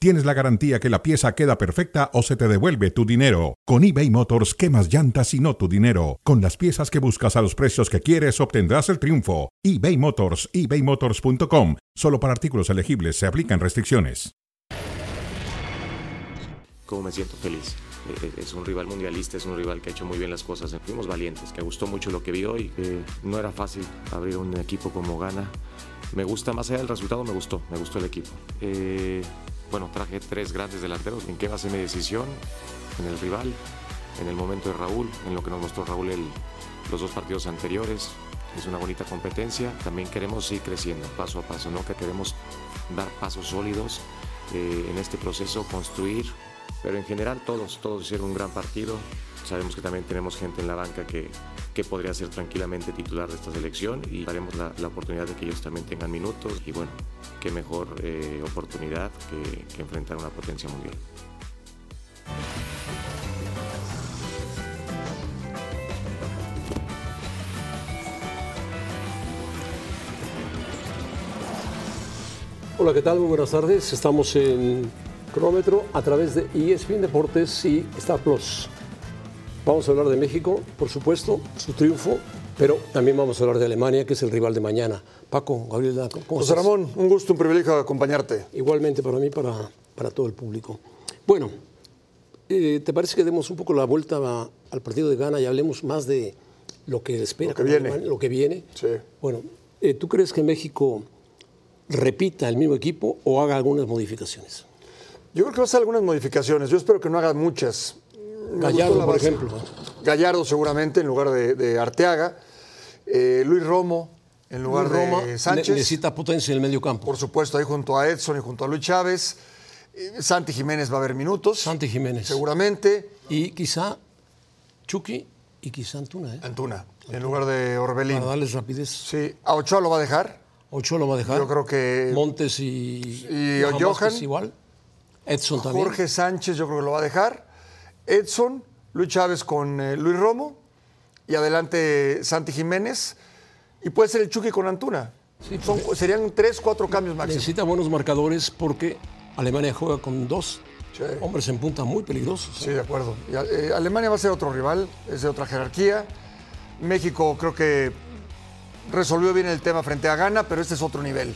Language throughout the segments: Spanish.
tienes la garantía que la pieza queda perfecta o se te devuelve tu dinero. Con eBay Motors, quemas llantas y no tu dinero. Con las piezas que buscas a los precios que quieres, obtendrás el triunfo. eBay Motors, ebaymotors.com. Solo para artículos elegibles se aplican restricciones. Como me siento feliz. Eh, Es un rival mundialista, es un rival que ha hecho muy bien las cosas. Eh, Fuimos valientes, que gustó mucho lo que vi hoy. Eh, no era fácil abrir un equipo como Gana. Me gusta, más allá del resultado, me gustó, me gustó el equipo. Eh, bueno, traje tres grandes delanteros. ¿En qué base mi decisión? En el rival, en el momento de Raúl, en lo que nos mostró Raúl el, los dos partidos anteriores. Es una bonita competencia. También queremos ir creciendo paso a paso, ¿no? Que queremos dar pasos sólidos eh, en este proceso, construir. Pero en general todos, todos hicieron un gran partido. Sabemos que también tenemos gente en la banca que, que podría ser tranquilamente titular de esta selección y daremos la, la oportunidad de que ellos también tengan minutos. Y bueno, qué mejor eh, oportunidad que, que enfrentar una potencia mundial. Hola, ¿qué tal? Muy buenas tardes. Estamos en cronómetro a través de E ESPN Deportes y Star Plus. Vamos a hablar de México, por supuesto, su triunfo, pero también vamos a hablar de Alemania, que es el rival de mañana. Paco, Gabriel, ¿cómo José estás? Ramón, un gusto, un privilegio acompañarte. Igualmente para mí, para, para todo el público. Bueno, eh, ¿te parece que demos un poco la vuelta a- al partido de Ghana y hablemos más de lo que espera? Lo que con viene. Alemania, lo que viene. Sí. Bueno, eh, ¿tú crees que México repita el mismo equipo o haga algunas modificaciones? Yo creo que va a hacer algunas modificaciones. Yo espero que no hagan muchas. Me gustó Gallardo, la por base. ejemplo. Gallardo, seguramente, en lugar de, de Arteaga. Eh, Luis Romo, en lugar de ne- Sánchez. necesita potencia en el medio campo. Por supuesto, ahí junto a Edson y junto a Luis Chávez. Eh, Santi Jiménez va a haber minutos. Santi Jiménez. Seguramente. Y quizá Chucky y quizá Antuna, ¿eh? Antuna, en lugar de Orbelín. Para darles rapidez. Sí, a Ochoa lo va a dejar. Ocho lo va a dejar. Yo creo que- Montes y. Y Johan Johan. Vázquez igual. Edson también. Jorge Sánchez yo creo que lo va a dejar. Edson, Luis Chávez con eh, Luis Romo y adelante Santi Jiménez. Y puede ser el Chucky con Antuna. Son- serían tres, cuatro cambios máximo. Necesita buenos marcadores porque Alemania juega con dos Sí. hombres en punta muy peligrosos. ¿eh? Sí, de acuerdo. Y, eh, Alemania va a ser otro rival, es de otra jerarquía. México creo que resolvió bien el tema frente a Ghana, pero este es otro nivel.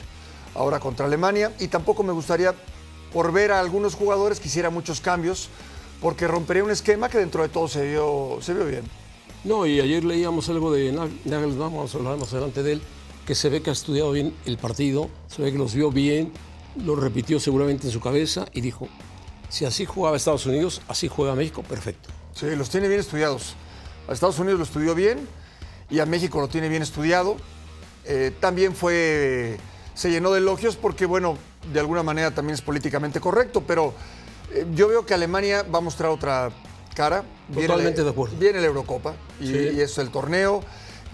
Ahora contra Alemania. Y tampoco me gustaría, por ver a algunos jugadores, que hiciera muchos cambios, porque rompería un esquema que dentro de todo se vio, se vio bien. No, y ayer leíamos algo de Nag- Nagelsmann, vamos a hablar más adelante de él, que se ve que ha estudiado bien el partido, se ve que los vio bien, lo repitió seguramente en su cabeza y dijo: si así jugaba Estados Unidos, así juega México, perfecto. Sí, los tiene bien estudiados. A Estados Unidos lo estudió bien y a México lo tiene bien estudiado. Eh, también fue, se llenó de elogios porque, bueno, de alguna manera también es políticamente correcto, pero eh, yo veo que Alemania va a mostrar otra cara. Viene la- Totalmente de acuerdo. Viene la Eurocopa y, Sí. y es el torneo.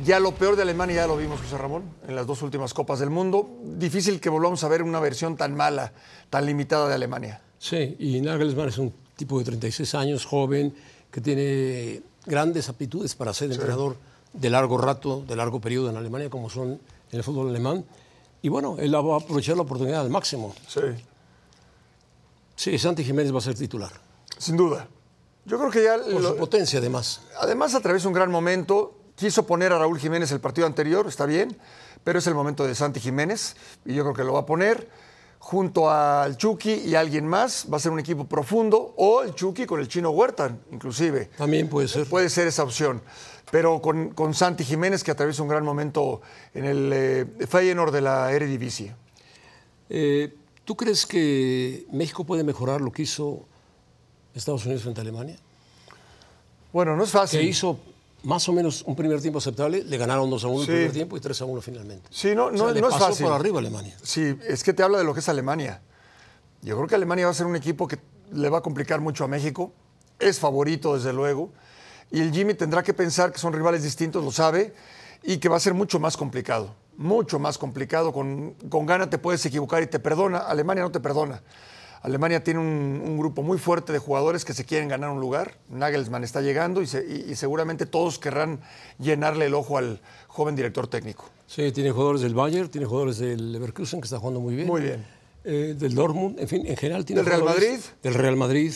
Ya lo peor de Alemania ya lo vimos, José Ramón, en las dos últimas Copas del Mundo. Difícil que volvamos a ver una versión tan mala, tan limitada de Alemania. Sí, y Nagelsmann es un tipo de 36 años, joven, que tiene grandes aptitudes para ser entrenador de largo rato, de largo periodo en Alemania, como son en el fútbol alemán. Y bueno, él va a aprovechar la oportunidad al máximo. Sí. Sí, Santi Jiménez va a ser titular, Sin duda. Yo creo que ya por lo- su potencia además. Además, atraviesa un gran momento. Quiso poner a Raúl Jiménez el partido anterior, está bien, pero es el momento de Santi Jiménez y yo creo que lo va a poner junto al Chucky y alguien más. Va a ser un equipo profundo o el Chucky con el chino Huerta, inclusive. También puede ser. Puede ser esa opción. Pero con, con Santi Jiménez, que atraviesa un gran momento en el eh, Feyenoord de la Eredivisie. Eh, ¿Tú crees que México puede mejorar lo que hizo Estados Unidos frente a Alemania? Bueno, no es Que fácil. hizo más o menos un primer tiempo aceptable, le ganaron 2 a 1 Sí. el primer tiempo y 3 a 1 finalmente. Sí, no, O sea, no- le no es pasó fácil. por arriba a Alemania. Sí, es que te habla de lo que es Alemania. Yo creo que Alemania va a ser un equipo que le va a complicar mucho a México. Es favorito, desde luego. Y el Jimmy tendrá que pensar que son rivales distintos, lo sabe, y que va a ser mucho más complicado. mucho más complicado. Con, con Ghana te puedes equivocar y te perdona. Alemania no te perdona. Alemania tiene un, un grupo muy fuerte de jugadores que se quieren ganar un lugar. Nagelsmann está llegando y, se- y- y seguramente todos querrán llenarle el ojo al joven director técnico. Sí, tiene jugadores del Bayern, tiene jugadores del Leverkusen que está jugando muy bien. Muy bien. Eh, del Dortmund, en fin, en general tiene ¿Del Real jugadores Madrid? Del Real Madrid,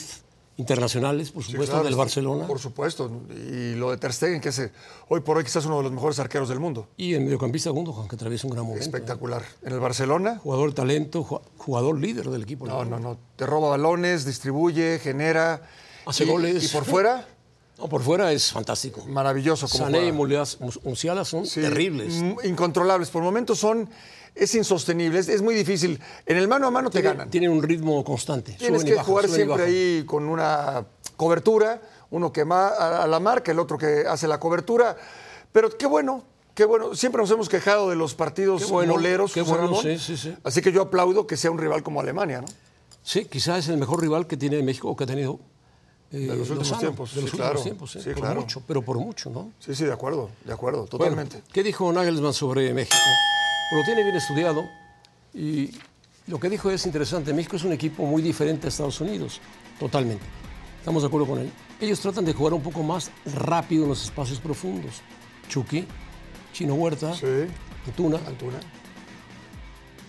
internacionales, por supuesto, claro, del sí, Barcelona. Por supuesto. Y lo de Ter Stegen, que es, hoy por hoy quizás uno de los mejores arqueros del mundo. Y el mediocampista Gundogan, que atraviesa un gran momento. eh. Espectacular. En el Barcelona, Jugador talento, ju- jugador líder del equipo. no, no, no. Te roba balones, distribuye, genera. Hace y, goles. Y por fuera, No, por fuera es fantástico. maravilloso como Sané y juega. Mulias- Mus- Musiala son Sí, Mm, terribles. m- Incontrolables. Por momentos son. Es insostenible, es, es muy difícil. En el mano a mano te Tienen, ganan. tienen un ritmo constante. Tienes suben y que bajan, jugar suben y siempre bajan. ahí con una cobertura, uno que va a a la marca, el otro que hace la cobertura. Pero qué bueno, qué bueno. Siempre nos hemos quejado de los partidos Qué bueno, moleros, qué José bueno, Ramón. sí, sí, sí. Así que yo aplaudo que sea un rival como Alemania, ¿no? Sí, quizás es el mejor rival que tiene México o que ha tenido. eh, los últimos Lozano, tiempos, De los sí, últimos claro, tiempos, eh, sí, por claro. mucho, pero por mucho, ¿no? Sí, sí, de acuerdo, de acuerdo, totalmente. Bueno, ¿Qué dijo Nagelsmann sobre México? Lo tiene bien estudiado y lo que dijo es interesante. México es un equipo muy diferente a Estados Unidos, totalmente. Estamos de acuerdo con él. Ellos tratan de jugar un poco más rápido en los espacios profundos. Chucky, Chino Huerta, Sí, Antuna, Antuna.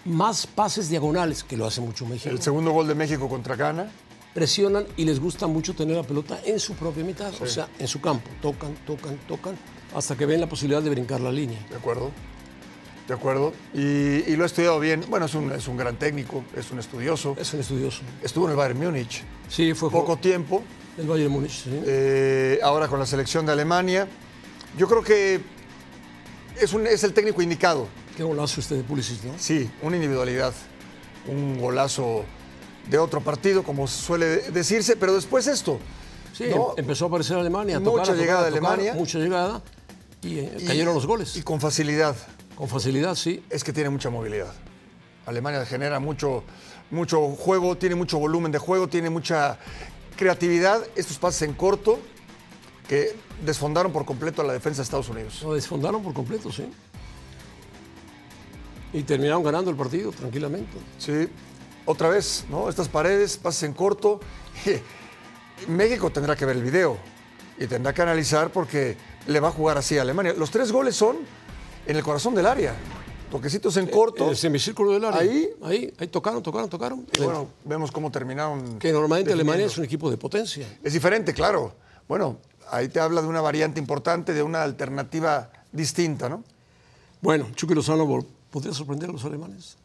más pases diagonales, que lo hace mucho México. El segundo gol de México contra Ghana. presionan y les gusta mucho tener la pelota en su propia mitad, o sea, en su campo. Tocan, tocan, tocan, hasta que ven la posibilidad de brincar la línea. De acuerdo. De acuerdo. Y, y lo he estudiado bien. Bueno, es un, es un gran técnico, es un estudioso. Es un estudioso. Estuvo en el Bayern Múnich Sí, fue poco tiempo, el Bayern de Múnich. sí. eh, ahora con la selección de Alemania. Yo creo que es, un- es el técnico indicado. Qué golazo este de Pulisic, ¿no? Sí, una individualidad, un golazo de otro partido, como suele decirse, pero después esto. Sí, ¿no? em- empezó a aparecer Alemania. a Mucha tocar, a tocar, llegada a de tocar, Alemania. Mucha llegada. Y eh, Y- cayeron los goles. Y con facilidad. Con facilidad, sí. Es que tiene mucha movilidad. Alemania genera mucho, mucho juego, tiene mucho volumen de juego, tiene mucha creatividad. Estos pases en corto que desfondaron por completo a la defensa de Estados Unidos. Lo desfondaron por completo, sí. Y terminaron ganando el partido tranquilamente. Sí, otra vez, ¿no? Estas paredes, pases en corto. México tendrá que ver el video y tendrá que analizar porque le va a jugar así a Alemania. Los tres goles son en el corazón del área. Toquecitos en corto. En el semicírculo del área. Ahí. Ahí, ahí tocaron, tocaron, tocaron. Y bueno, vemos cómo terminaron. que normalmente Alemania es definiendo. un equipo de potencia. Es diferente, claro. Bueno, ahí te habla de una variante importante, de una alternativa distinta, ¿no? Bueno, Chucky Lozano vol- podría sorprender a los alemanes.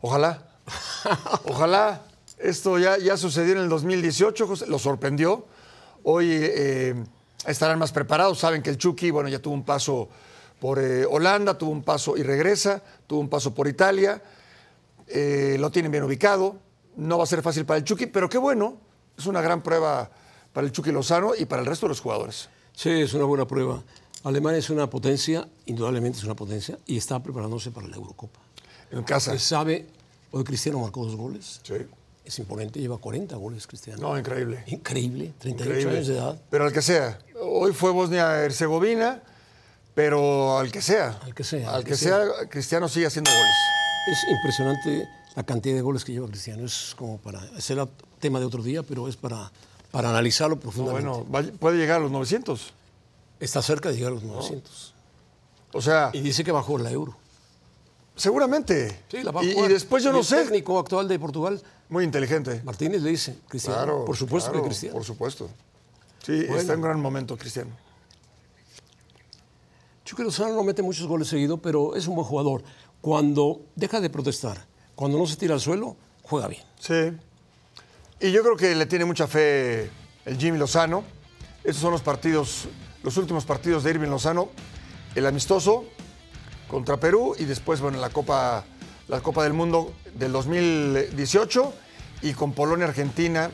Ojalá. Ojalá. Esto ya, ya sucedió en el 2018, José, lo sorprendió. Hoy eh, estarán más preparados. Saben que el Chucky, bueno, ya tuvo un paso por eh, Holanda, tuvo un paso y regresa, tuvo un paso por Italia. Eh, lo tienen bien ubicado. No va a ser fácil para el Chucky, pero qué bueno. Es una gran prueba para el Chucky Lozano y para el resto de los jugadores. Sí, es una buena prueba. Alemania es una potencia, indudablemente es una potencia, y está preparándose para la Eurocopa. En casa. Se sabe, hoy Cristiano marcó dos goles, Sí. es imponente, lleva 40 goles Cristiano. No, increíble. Increíble, 38 Increíble. años de edad, Pero al que sea. Hoy fue Bosnia-Herzegovina, pero al que sea. Al que sea, Al que sea, Cristiano sigue haciendo goles. es impresionante la cantidad de goles que lleva Cristiano, es como para, ese era tema de otro día, pero es para, para analizarlo profundamente. Bueno, va- puede llegar a los 900. Está cerca de llegar a los 900. O sea, Y dice que bajó la Euro. seguramente. Sí, la va a y, y jugar. después yo Y no el sé. técnico actual de Portugal, Muy inteligente. Martínez, le dice, Cristiano, Claro. por supuesto claro, que Cristiano. Por supuesto. Sí, está en gran momento, Cristiano. Chucky Lozano no mete muchos goles seguidos, pero es un buen jugador. Cuando deja de protestar, cuando no se tira al suelo, juega bien. Sí. Y yo creo que le tiene mucha fe el Jimmy Lozano. Esos son los partidos, los últimos partidos de Irving Lozano. El amistoso contra Perú y después, bueno, la Copa, la Copa del Mundo del 2018 y con Polonia, Argentina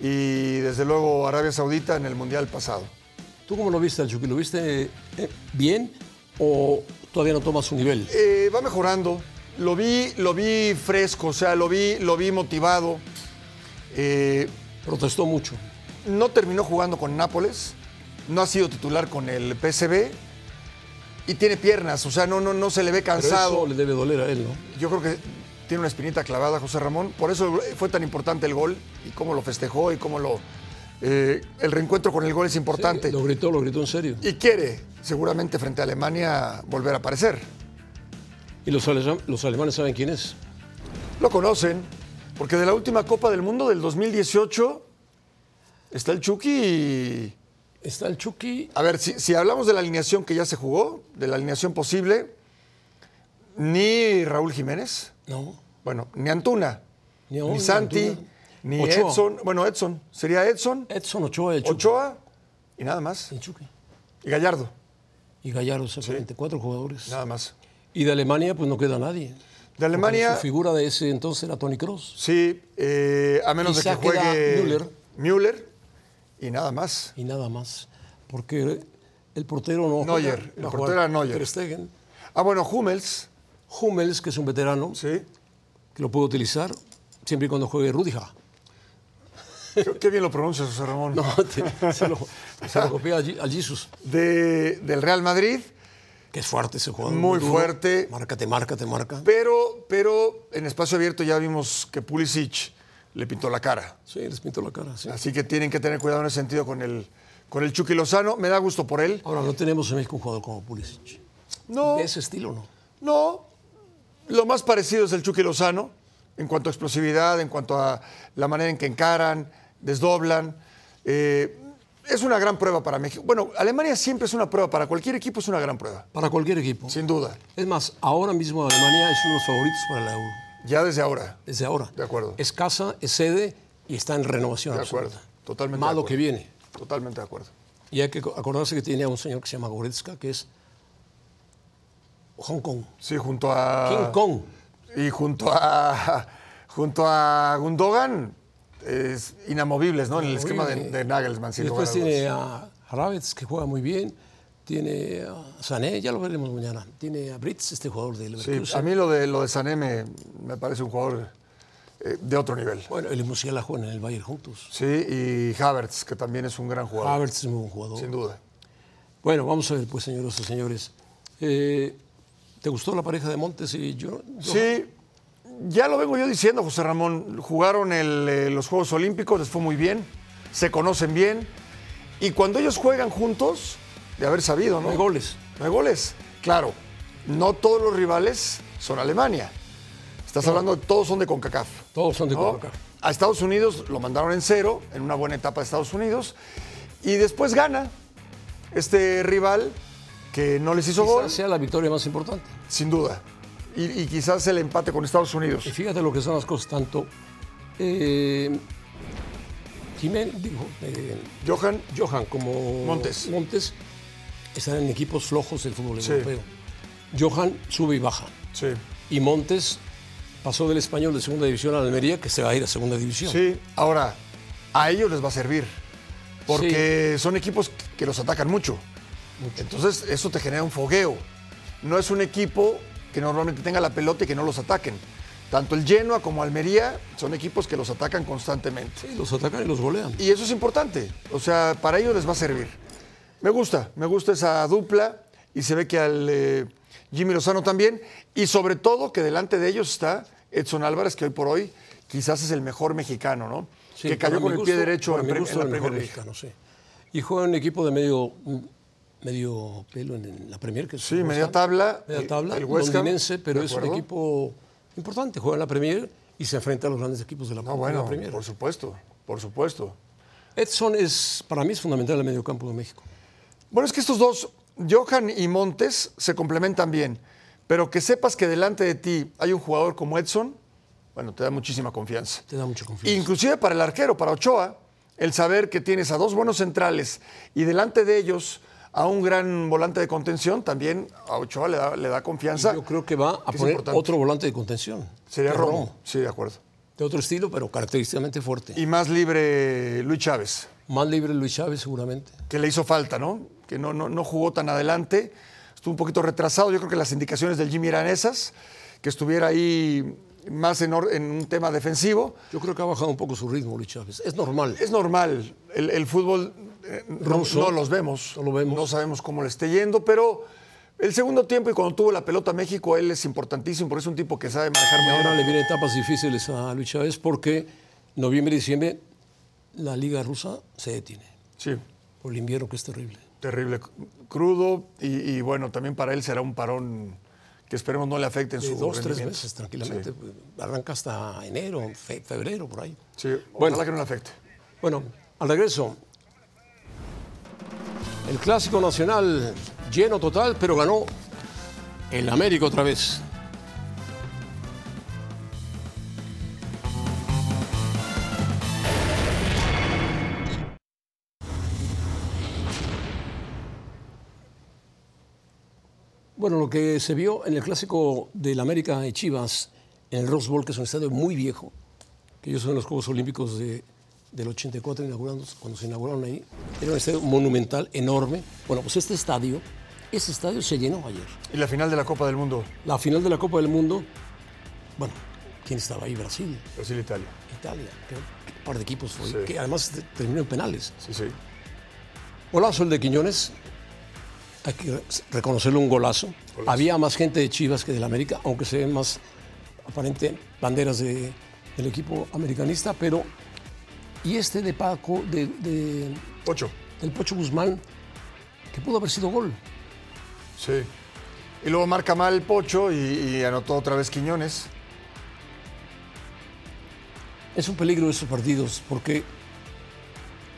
y desde luego Arabia Saudita en el Mundial pasado. ¿Tú cómo lo viste al Chucky? ¿Lo viste eh, bien o todavía no toma su nivel? Eh, va mejorando. Lo vi, lo vi fresco, o sea, lo vi, lo vi motivado. Eh, Protestó mucho. no terminó jugando con Nápoles, no ha sido titular con el PSV, Y tiene piernas, o sea, no, no, no se le ve Pero cansado. eso le debe doler a él, ¿no? Yo creo que tiene una espinita clavada José Ramón. Por eso fue tan importante el gol y cómo lo festejó y cómo lo. eh, el reencuentro con el gol es importante. Lo gritó, lo gritó en serio. Y quiere, seguramente frente a Alemania, volver a aparecer. ¿Y los, alema- los alemanes saben quién es? Lo conocen, porque de la última Copa del Mundo del 2018 está el Chucky. y- Está el Chucky. A ver, si, si hablamos de la alineación que ya se jugó, de la alineación posible, ni Raúl Jiménez, No. bueno, ni Antuna, Ni ni, Antuna. Santi, ni Ochoa. Edson. Bueno, Edson, sería Edson, Edson Ochoa, el Chucky. Ochoa y nada más. El Chucky. Y Gallardo, Y Gallardo, exactamente. Cuatro jugadores. nada más. Y de Alemania, pues no queda nadie. De Alemania, Su figura de ese entonces era Tony Cross. sí, eh, a menos de Quizá que juegue queda Müller. Müller y nada más. Y nada más. Porque el portero no. Neuer, juega, el va a portero jugar era Neuer. Ter Stegen. Ah, bueno, Hummels, Hummels, que es un veterano, sí. que lo puede utilizar siempre y cuando juegue Rudiger. Qué, qué bien lo pronuncias, José Ramón. No, te- se lo, se lo copié al, Ye- al Jesus, De- del Real Madrid, que es fuerte ese jugador. Muy duro. fuerte. Márcate, márcate, marca. pero, pero en espacio abierto ya vimos que Pulisic le pintó la cara. Sí, les pinto la cara. sí. Así que tienen que tener cuidado en ese sentido con el, con el Chucky Lozano. Me da gusto por él. Ahora, no tenemos en México un jugador como Pulisic. No, De ese estilo, ¿no? no. Lo más parecido es el Chucky Lozano en cuanto a explosividad, en cuanto a la manera en que encaran, desdoblan. Eh, es una gran prueba para México. Bueno, Alemania siempre es una prueba. Para cualquier equipo es una gran prueba, Para cualquier equipo. sin duda. Es más, ahora mismo Alemania es uno de los favoritos para la Euro. Ya desde ahora. Desde ahora. De acuerdo. Es casa, es sede y está en renovación. De absoluta. acuerdo, totalmente de Malo acuerdo. que viene. Totalmente de acuerdo. Y hay que acordarse que tenía un señor que se llama Goretzka, que es Hong Kong. Sí, junto a. King Kong. Y junto a. Junto a Gundogan, es inamovibles, ¿no? En el esquema de, de Nagelsmann, Y sin lugar Después a tiene dudas. a Haravetz, que juega muy bien. Tiene a Sané, ya lo veremos mañana. Tiene a Brits, este jugador de Leverkusen. Sí, a mí lo de, lo de Sané me, me parece un jugador eh, de otro nivel. Bueno, él y Musiala juegan en el Bayern juntos. Sí, y Havertz, que también es un gran jugador, Havertz es muy buen jugador. sin duda. Bueno, vamos a ver, pues, señoras y señores. Eh, ¿Te gustó la pareja de Montes y yo? Sí, ya lo vengo yo diciendo, José Ramón. Jugaron el, eh, los Juegos Olímpicos, les fue muy bien, se conocen bien. Y cuando ellos juegan juntos, de haber sabido, ¿no? No hay goles. No hay goles. Claro, no todos los rivales son Alemania. Estás hablando de todos son de CONCACAF. Todos son de ¿no? Coca. A Estados Unidos lo mandaron en cero, en una buena etapa de Estados Unidos. Y después gana este rival que no les hizo gol, Quizás sea la victoria más importante. sin duda. Y, y quizás el empate con Estados Unidos. Y fíjate lo que son las cosas, tanto eh, Jiménez, digo, eh, Johan, Johan como Montes. Montes están en equipos flojos del fútbol Sí. europeo. Johan sube y baja. sí. Y Montes pasó del español de segunda división a la Almería, que se va a ir a segunda división. Sí, ahora, a ellos les va a servir. Porque son equipos que los atacan mucho. Entonces, eso te genera un fogueo. No es un equipo que normalmente tenga la pelota y que no los ataquen. Tanto el Genoa como Almería son equipos que los atacan constantemente. Sí, los atacan y los golean. Y eso es importante. O sea, para ellos les va a servir. Me gusta, me gusta esa dupla. Y se ve que al eh, Jimmy Lozano también. Y sobre todo que delante de ellos está Edson Álvarez, que hoy por hoy quizás es el mejor mexicano, ¿no? Sí, que cayó para con mi el pie gusto- derecho para en, mi pre- gusto en la el mejor Premier League. mexicano, sí. Y juega en un equipo de medio, medio pelo en- en la Premier, que es Sí, el West media Ham. tabla, Media el- tabla, el West Ham, londinense, pero de es un acuerdo. equipo importante. Juega en la Premier y se enfrenta a los grandes equipos de la, No, de la bueno, Premier. por supuesto, por supuesto. Edson es, para mí, es fundamental en el mediocampo de México. Bueno, es que estos dos, Johan y Montes, se complementan bien. Pero que sepas que delante de ti hay un jugador como Edson, bueno, te da muchísima confianza. Te da mucha confianza. Inclusive para el arquero, para Ochoa, el saber que tienes a dos buenos centrales y delante de ellos a un gran volante de contención, también a Ochoa le da, le da confianza. Yo creo que va a es poner importante. otro volante de contención. Sería Que es Romo. Sí, de acuerdo. De otro estilo, pero característicamente fuerte. Y más libre Luis Chávez, Más libre Luis Chávez, seguramente. que le hizo falta, ¿no? Que no, no, no jugó tan adelante, estuvo un poquito retrasado. Yo creo que las indicaciones del Jimmy eran esas, que estuviera ahí más en, or- en un tema defensivo. Yo creo que ha bajado un poco su ritmo Luis Chávez. Es normal. Es normal, el, el fútbol eh, no- Ruso. no los vemos, No lo vemos. sabemos cómo le esté yendo, pero El segundo tiempo y cuando tuvo la pelota México, él es importantísimo, porque es un tipo que sabe manejar Y muy bien. ahora le vienen etapas difíciles a Luis Chávez porque noviembre y diciembre la liga rusa se detiene Sí, por el invierno que es terrible. terrible, crudo y, y bueno, también para él será un parón que esperemos no le afecte en De su dos, tres rendimiento. meses tranquilamente. Arranca hasta enero, fe- febrero, por ahí. Sí, ojalá Bueno. que no le afecte. Bueno, al regreso. El clásico nacional lleno total, pero ganó el América otra vez. Bueno, lo que se vio en el clásico del América de Chivas, en el Rose Bowl, que es un estadio muy viejo, que yo soy en los Juegos Olímpicos de- del 84, inaugurando, cuando se inauguraron ahí, era un estadio monumental, enorme. Bueno, pues este estadio, ese estadio se llenó ayer. Y la final de la Copa del Mundo, La final de la Copa del Mundo, bueno, ¿quién estaba ahí? Brasil, Brasil-Italia. Italia, qué, qué par de equipos fue, Sí. que además te- terminó en penales. Sí, sí. Golazo el de Quiñones. Hay que re- reconocerle un golazo. Había más gente de Chivas que del América, aunque se ven más aparente banderas de- del equipo americanista, pero. Y este de Paco, de- de- Ocho. del Pocho Guzmán, que pudo haber sido gol. Sí. Y luego marca mal Pocho y, y anotó otra vez Quiñones. Es un peligro esos partidos porque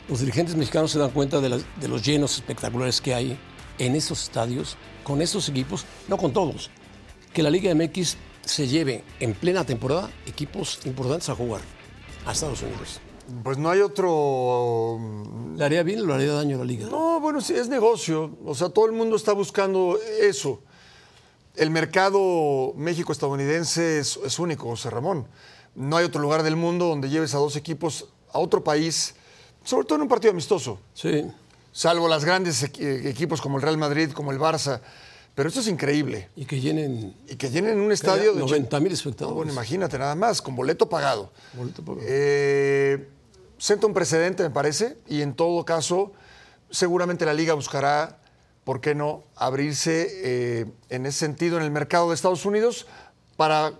los dirigentes mexicanos se dan cuenta de, las- de los llenos espectaculares que hay en estos estadios, con estos equipos, no con todos. Que la Liga MX se lleve en plena temporada equipos importantes a jugar a Estados Unidos. Pues no hay otro. ¿Le haría bien o le haría daño a la Liga? No, bueno, sí, es negocio. O sea, todo el mundo está buscando eso. El mercado México-estadounidense es, es único, José Ramón. No hay otro lugar del mundo donde lleves a dos equipos a otro país, sobre todo en un partido amistoso. Sí. salvo las grandes equ- eh, equipos como el Real Madrid, como el Barça. Pero esto es increíble. Y que llenen Y que llenen un estadio de 90 mil No, bueno, espectadores. imagínate nada más, con boleto pagado. pues, Boleto pagado. Eh, senta un precedente, me parece, y en todo caso, seguramente la liga buscará, ¿por qué no?, abrirse eh, en ese sentido en el mercado de Estados Unidos para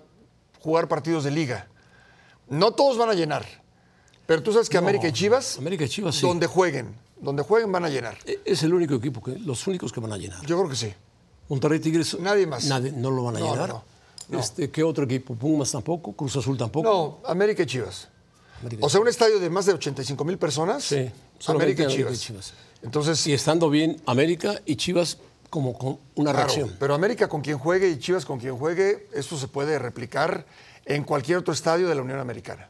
jugar partidos de liga. No todos van a llenar, pero tú sabes que América y Chivas, América y Chivas, sí. donde jueguen, donde jueguen van a llenar. E- Es el único equipo, que, los únicos que van a llenar. Yo creo que sí. Monterrey Tigres. Nadie más. Nadie, no lo van a No, llenar. no, no. Este, ¿Qué otro equipo? Pumas tampoco, Cruz Azul tampoco. No, América y Chivas. América. O sea, un estadio de más de 85 mil personas. Sí, solamente América América y y Chivas. Chivas. Entonces, y estando bien América y Chivas como con una claro, reacción. pero América con quien juegue y Chivas con quien juegue, esto se puede replicar en cualquier otro estadio de la Unión Americana.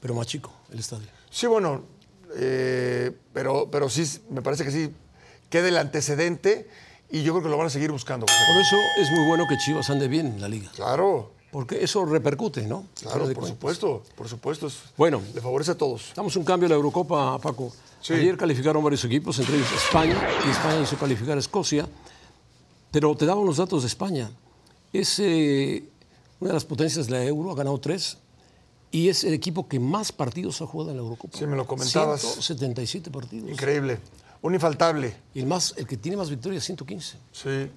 Pero más chico el estadio. Sí, bueno, eh, pero, pero sí, me parece que sí queda el antecedente y yo creo que lo van a seguir buscando. José. Por eso es muy bueno que Chivas ande bien en la liga. Claro, Porque eso repercute, ¿no? Al claro, final de por cuentas. supuesto, por supuesto. es- Bueno. Le favorece a todos. Damos un cambio a la Eurocopa, Paco. Sí. Ayer calificaron varios equipos, entre ellos España, y España hizo calificar a Escocia. Pero te daban los datos de España. Es eh, una de las potencias de la Euro, ha ganado tres. Y es el equipo que más partidos ha jugado en la Eurocopa. Sí, me lo comentabas. 177 partidos. Increíble. Un infaltable. Y el, más, el que tiene más victorias, 115. Sí,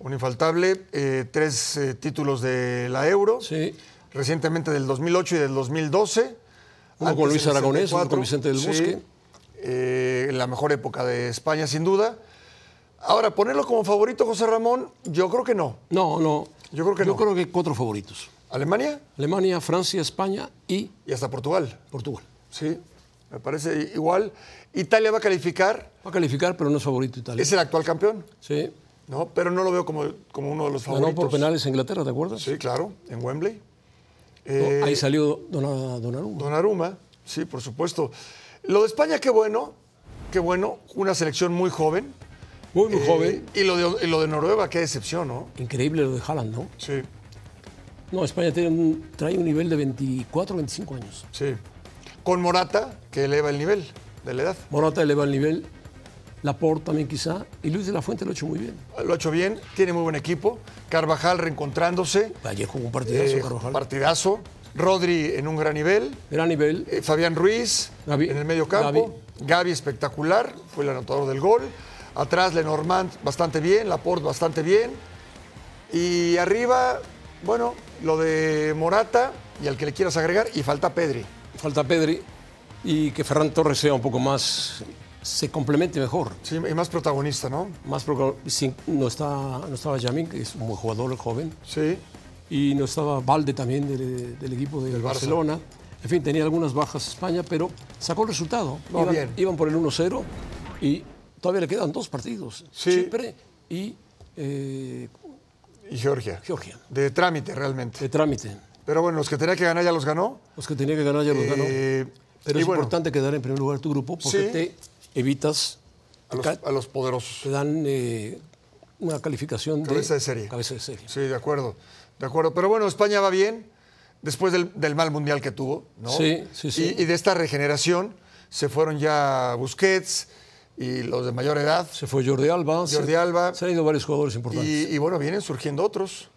un infaltable, eh, tres eh, títulos de la Euro, Sí. recientemente del 2008 y del 2012. Uno con Antes Luis del Aragonés, uno 74, con Vicente del sí, Bosque. eh, la mejor época de España, sin duda. Ahora, ponerlo como favorito, José Ramón, yo creo que no. No, no. Yo creo que Yo no. creo que hay cuatro favoritos. Alemania Alemania, Francia, España y y hasta Portugal, Portugal. sí, me parece i- igual. Italia va a calificar, Va a calificar, pero no es favorito Italia. es el actual campeón, Sí. ¿no? Pero no lo veo como, como uno de los favoritos. Ganó por penales a Inglaterra, ¿te acuerdas? Sí, claro, en Wembley. No, Eh, ahí salió Dona- Donnarumma. Donnarumma, sí, por supuesto. Lo de España, qué bueno, qué bueno, una selección muy joven. Muy, muy Eh, joven. Y lo, de, y lo de Noruega, qué decepción, ¿no? Increíble lo de Haaland, ¿no? Sí, No, España tiene un- trae un nivel de 24, 25 años. sí. Con Morata, que eleva el nivel de la edad. Morata eleva el nivel, Laporte también quizá, y Luis de la Fuente lo ha hecho muy bien. Lo ha hecho bien, tiene muy buen equipo. Carvajal reencontrándose. Ayer jugó un partidazo, eh, Carvajal. Partidazo. Rodri en un gran nivel. Gran nivel, Eh, Fabián Ruiz Gavi. en el medio campo. Gaby espectacular, fue el anotador del gol. Atrás Lenormand bastante bien, Laporte bastante bien. Y arriba, bueno, lo de Morata y al que le quieras agregar, y falta Pedri. Falta Pedri y que Ferran Torres sea un poco más. se complemente mejor. Sí, y más protagonista, ¿no? Más pro- sin- no, está, no estaba Yamin, que es un buen jugador joven, Sí. y no estaba Valde también del, del equipo de Barça. Barcelona. En fin, tenía algunas bajas España, pero sacó el resultado. No, iban, bien. iban por el 1-0 y todavía le quedan dos partidos. Sí. Chipre y eh, Y Georgia. Georgia. De trámite, realmente. De trámite. Pero bueno, los que tenía que ganar ya los ganó. Los que tenía que ganar ya los ganó. Eh, Pero y es bueno, importante quedar en primer lugar tu grupo porque Sí. te evitas, A los, ca- a los poderosos. te dan eh, una calificación Cabeza de serie. Cabeza de serie. Sí, de acuerdo, de acuerdo. Pero bueno, España va bien después del, del mal mundial que tuvo, ¿no? Sí, sí, sí. Y, y de esta regeneración se fueron ya Busquets y los de mayor edad. Se fue Jordi Alba. se- Jordi Alba. Se han ido varios jugadores importantes. Y, y bueno, vienen surgiendo otros.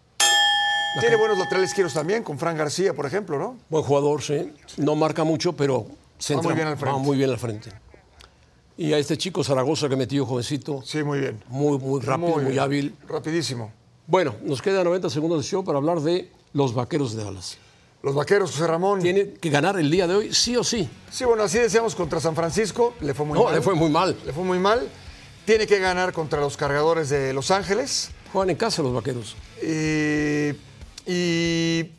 Tiene buenos laterales izquierdos también, con Fran García, por ejemplo, ¿no? Buen jugador, sí. No marca mucho, pero se Va muy bien al frente. muy bien al frente. Y a este chico Zaragoza que metió jovencito, Sí, muy bien. muy, muy rápido, muy, bien. hábil. Rapidísimo. Bueno, nos quedan 90 segundos de show para hablar de los vaqueros de Dallas. Los vaqueros, José Ramón. Tiene que ganar el día de hoy, sí o sí. Sí, bueno, así decíamos contra San Francisco, le fue muy no, mal. le fue muy mal. Le fue muy mal. Tiene que ganar contra los cargadores de Los Ángeles. Juegan en casa los vaqueros. Eh, y,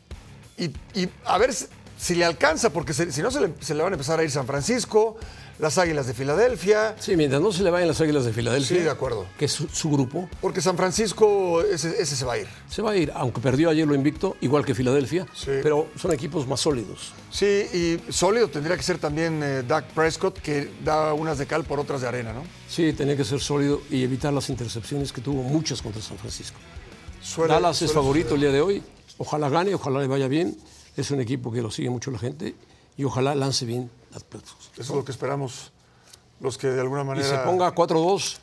y- y a ver si- si le alcanza, porque se- si no se le, se le van a empezar a ir San Francisco, las Águilas de Filadelfia, Sí, mientras no se le vayan las águilas de Filadelfia. Sí, de acuerdo. Que es su, su grupo. porque San Francisco ese, ese se va a ir. Se va a ir, aunque perdió ayer lo invicto, igual que Filadelfia, Sí. pero son equipos más sólidos. Sí, y sólido tendría que ser también eh, Dak Prescott, que da unas de cal por otras de arena, ¿no? Sí, tenía que ser sólido y evitar las intercepciones que tuvo muchas contra San Francisco. Suele- Dallas es suele favorito el suceder. día de hoy. Ojalá gane, ojalá le vaya bien. Es un equipo que lo sigue mucho la gente y ojalá lance bien las platos. Eso es lo que esperamos los que de alguna Y manera se ponga 4-2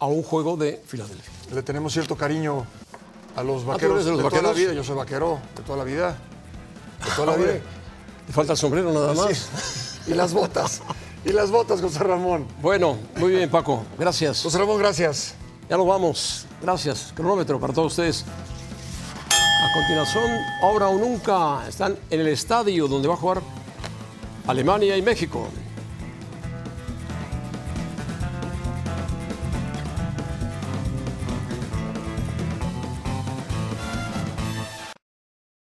a un juego de Filadelfia. le tenemos cierto cariño a los tú vaqueros Ah, eres de los de toda la vaqueros? vida. Yo soy vaquero de toda la vida. De toda la Hombre, vida. Te falta el sombrero nada más. Y las botas. Y las botas, José Ramón. Bueno, muy bien, Paco. Gracias. José Ramón, gracias. Ya nos vamos. Gracias. Cronómetro para todos ustedes. A continuación, ahora o nunca, están en el estadio donde va a jugar Alemania y México.